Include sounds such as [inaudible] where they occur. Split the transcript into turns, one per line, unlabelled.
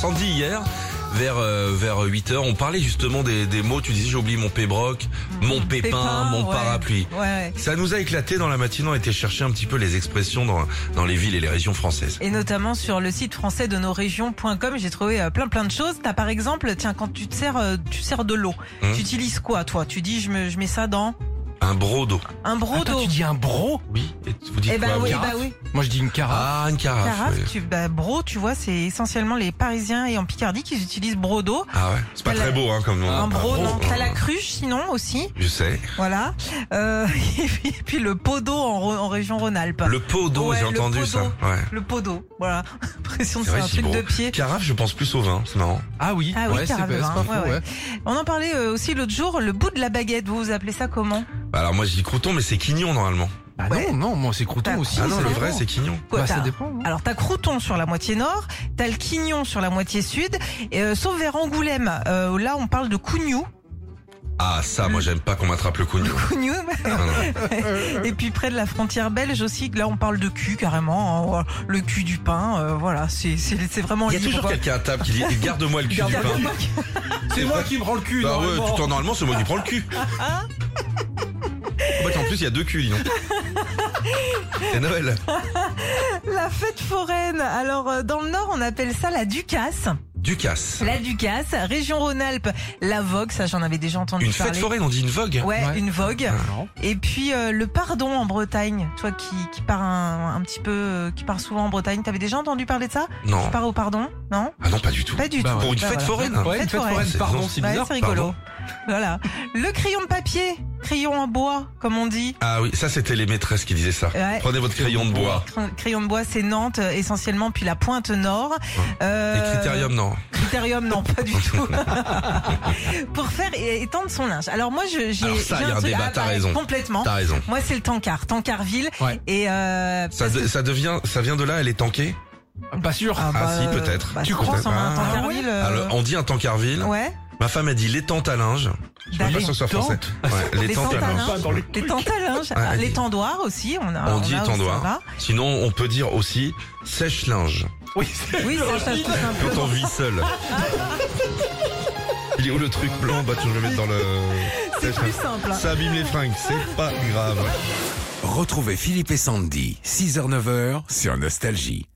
Sandy hier vers euh, vers 8 heures, on parlait justement des, des mots. Tu disais j'ai oublié mon pébroc, mon pépin,
Pépin,
mon
ouais.
parapluie.
Ouais, ouais.
Ça nous a éclaté dans la matinée. On était chercher un petit peu les expressions dans dans les villes et les régions françaises.
Et notamment sur le site français de nos régions.com, j'ai trouvé euh, plein plein de choses. T'as par exemple, tiens, quand tu te sers, euh, tu te sers de l'eau,
Hmm.
tu utilises quoi, toi Tu dis, je, me, je mets ça dans
Un brodo.
un brodo.
Attends, Ah, tu dis un bro
Oui. Et vous dites
eh bah
quoi,
oui,
vous
eh bah oui.
Moi je dis une carafe.
Ah une carafe.
Carafe,
oui.
tu, bah, bro, tu vois, c'est essentiellement les Parisiens et en Picardie qui utilisent brodo.
Ah ouais. C'est pas
T'as
très
la-
beau hein comme nom.
un
Un
bro,
brodo.
non. T'as la cruche, sinon aussi,
Je sais.
voilà. Euh, [laughs] et, puis, et puis le podo en, Rho- en région Rhône-Alpes.
Le pot d'eau,
Bah, Ouais,
j'ai
le
entendu
pot
ça.
d'eau.
Ouais.
Le podo, voilà. [laughs] Impression que
C'est
c'est
vrai,
un
je dis
truc de
bro.
pied.
Carafe, je pense plus au vin, c'est marrant.
Ah oui,
Ah oui,
ouais, c'est
carafe
pas,
de
c'est
vin,
pas faux,
ouais, ouais.
ouais.
On en parlait euh, aussi l'autre jour, le bout de la baguette, vous vous appelez ça comment
Bah Alors moi je dis crouton, mais c'est quignon normalement.
Ah
Ouais.
non, non, moi c'est crouton
T'as-
aussi.
Ah non,
ça
le
c'est
vrai
dépend.
c'est quignon.
Quoi,
Bah, ça
t'as-
dépend. hein.
Alors t'as Crouton sur la moitié nord, t'as le Quignon sur la moitié sud, et, euh, sauf vers Angoulême, euh, là on parle de [laughs] Cougnou.
Ah ça, moi j'aime pas qu'on m'attrape le cougnon.
Cougnou,
Non, non.
et puis près de la frontière belge aussi, là on parle de cul carrément, hein, le cul du pain, euh, voilà, c'est c'est- c'est vraiment
Il y a toujours
libre.
quelqu'un à table qui dit garde-moi le cul du pain.
C'est moi qui me rends le cul.
Bah ouais,
normalement.
tout en normalement, c'est moi qui prends le cul. Bah, En fait, en plus, il y a deux culs, dis donc. C'est Noël.
[laughs] La fête foraine, alors euh, dans le nord on appelle ça la Ducasse,
Ducasse.
la Ducasse, région Rhône-Alpes, la Vogue, ça j'en avais déjà entendu
Une
parler.
fête foraine, on dit une vogue.
Ouais,
Ouais.
une vogue.
Non.
Et puis euh, le pardon en Bretagne, toi qui, qui pars un, un petit peu, euh, qui part souvent en Bretagne, t'avais déjà entendu parler de ça Tu
Non.
pars au pardon Non
Ah non, pas du tout.
Pas du
Bah
tout.
ouais.
Pour une
Bah
fête
voilà.
foraine
Ouais, une fête
foraine.
foraine, pardon, c'est
Ouais,
bizarre.
c'est rigolo. Voilà. Le crayon de papier, crayon en bois, comme on dit.
Ah oui, ça, c'était les maîtresses qui disaient ça.
Euh, Ouais.
Prenez votre crayon de bois.
Cra- Crayon de bois, c'est Nantes euh, essentiellement, puis la Pointe Nord.
Et
Euh,
critérium, non.
Critérium, non,
[laughs]
pas du tout. [laughs] Pour faire é- étendre son linge. Alors moi, je- j'ai
Alors ça,
j'ai
il y a un
truc-
débat,
ah,
t'as
bah,
raison.
Complètement.
T'as raison.
Moi, c'est le Tancard, Tancarville.
Ouais.
Et euh,
Ça,
parce
de-
que-
ça devient, ça vient de là, elle est tankée
Pas sûr.
Ah,
Ah, si,
euh,
peut-être.
bah,
Tu
je
crois
pense en un
Ah,
Tancarville. euh,
Alors, on dit un tankarville.
Ouais.
Ma femme a dit les tentes à linge. Je sais
d'aller.
pas si ce soit français.
Tente.
Ouais, les,
Les
tentes à
tentes à
linge.
linge. Les tentes à linge.
Ah,
les
oui.
tendoirs aussi. On, a,
On dit
a aussi
tendoir.
ça.
Sinon, on peut dire aussi sèche-linge.
Oui, c'est
Oui, ça, ça, je trouve un peu.
Quand on vit seul. Il est où le truc blanc Bah, tu je vais le mettre dans le.
C'est plus simple.
Ça abîme les fringues, c'est pas grave.
Retrouvez Philippe et Sandy, 6h-9h sur Nostalgie.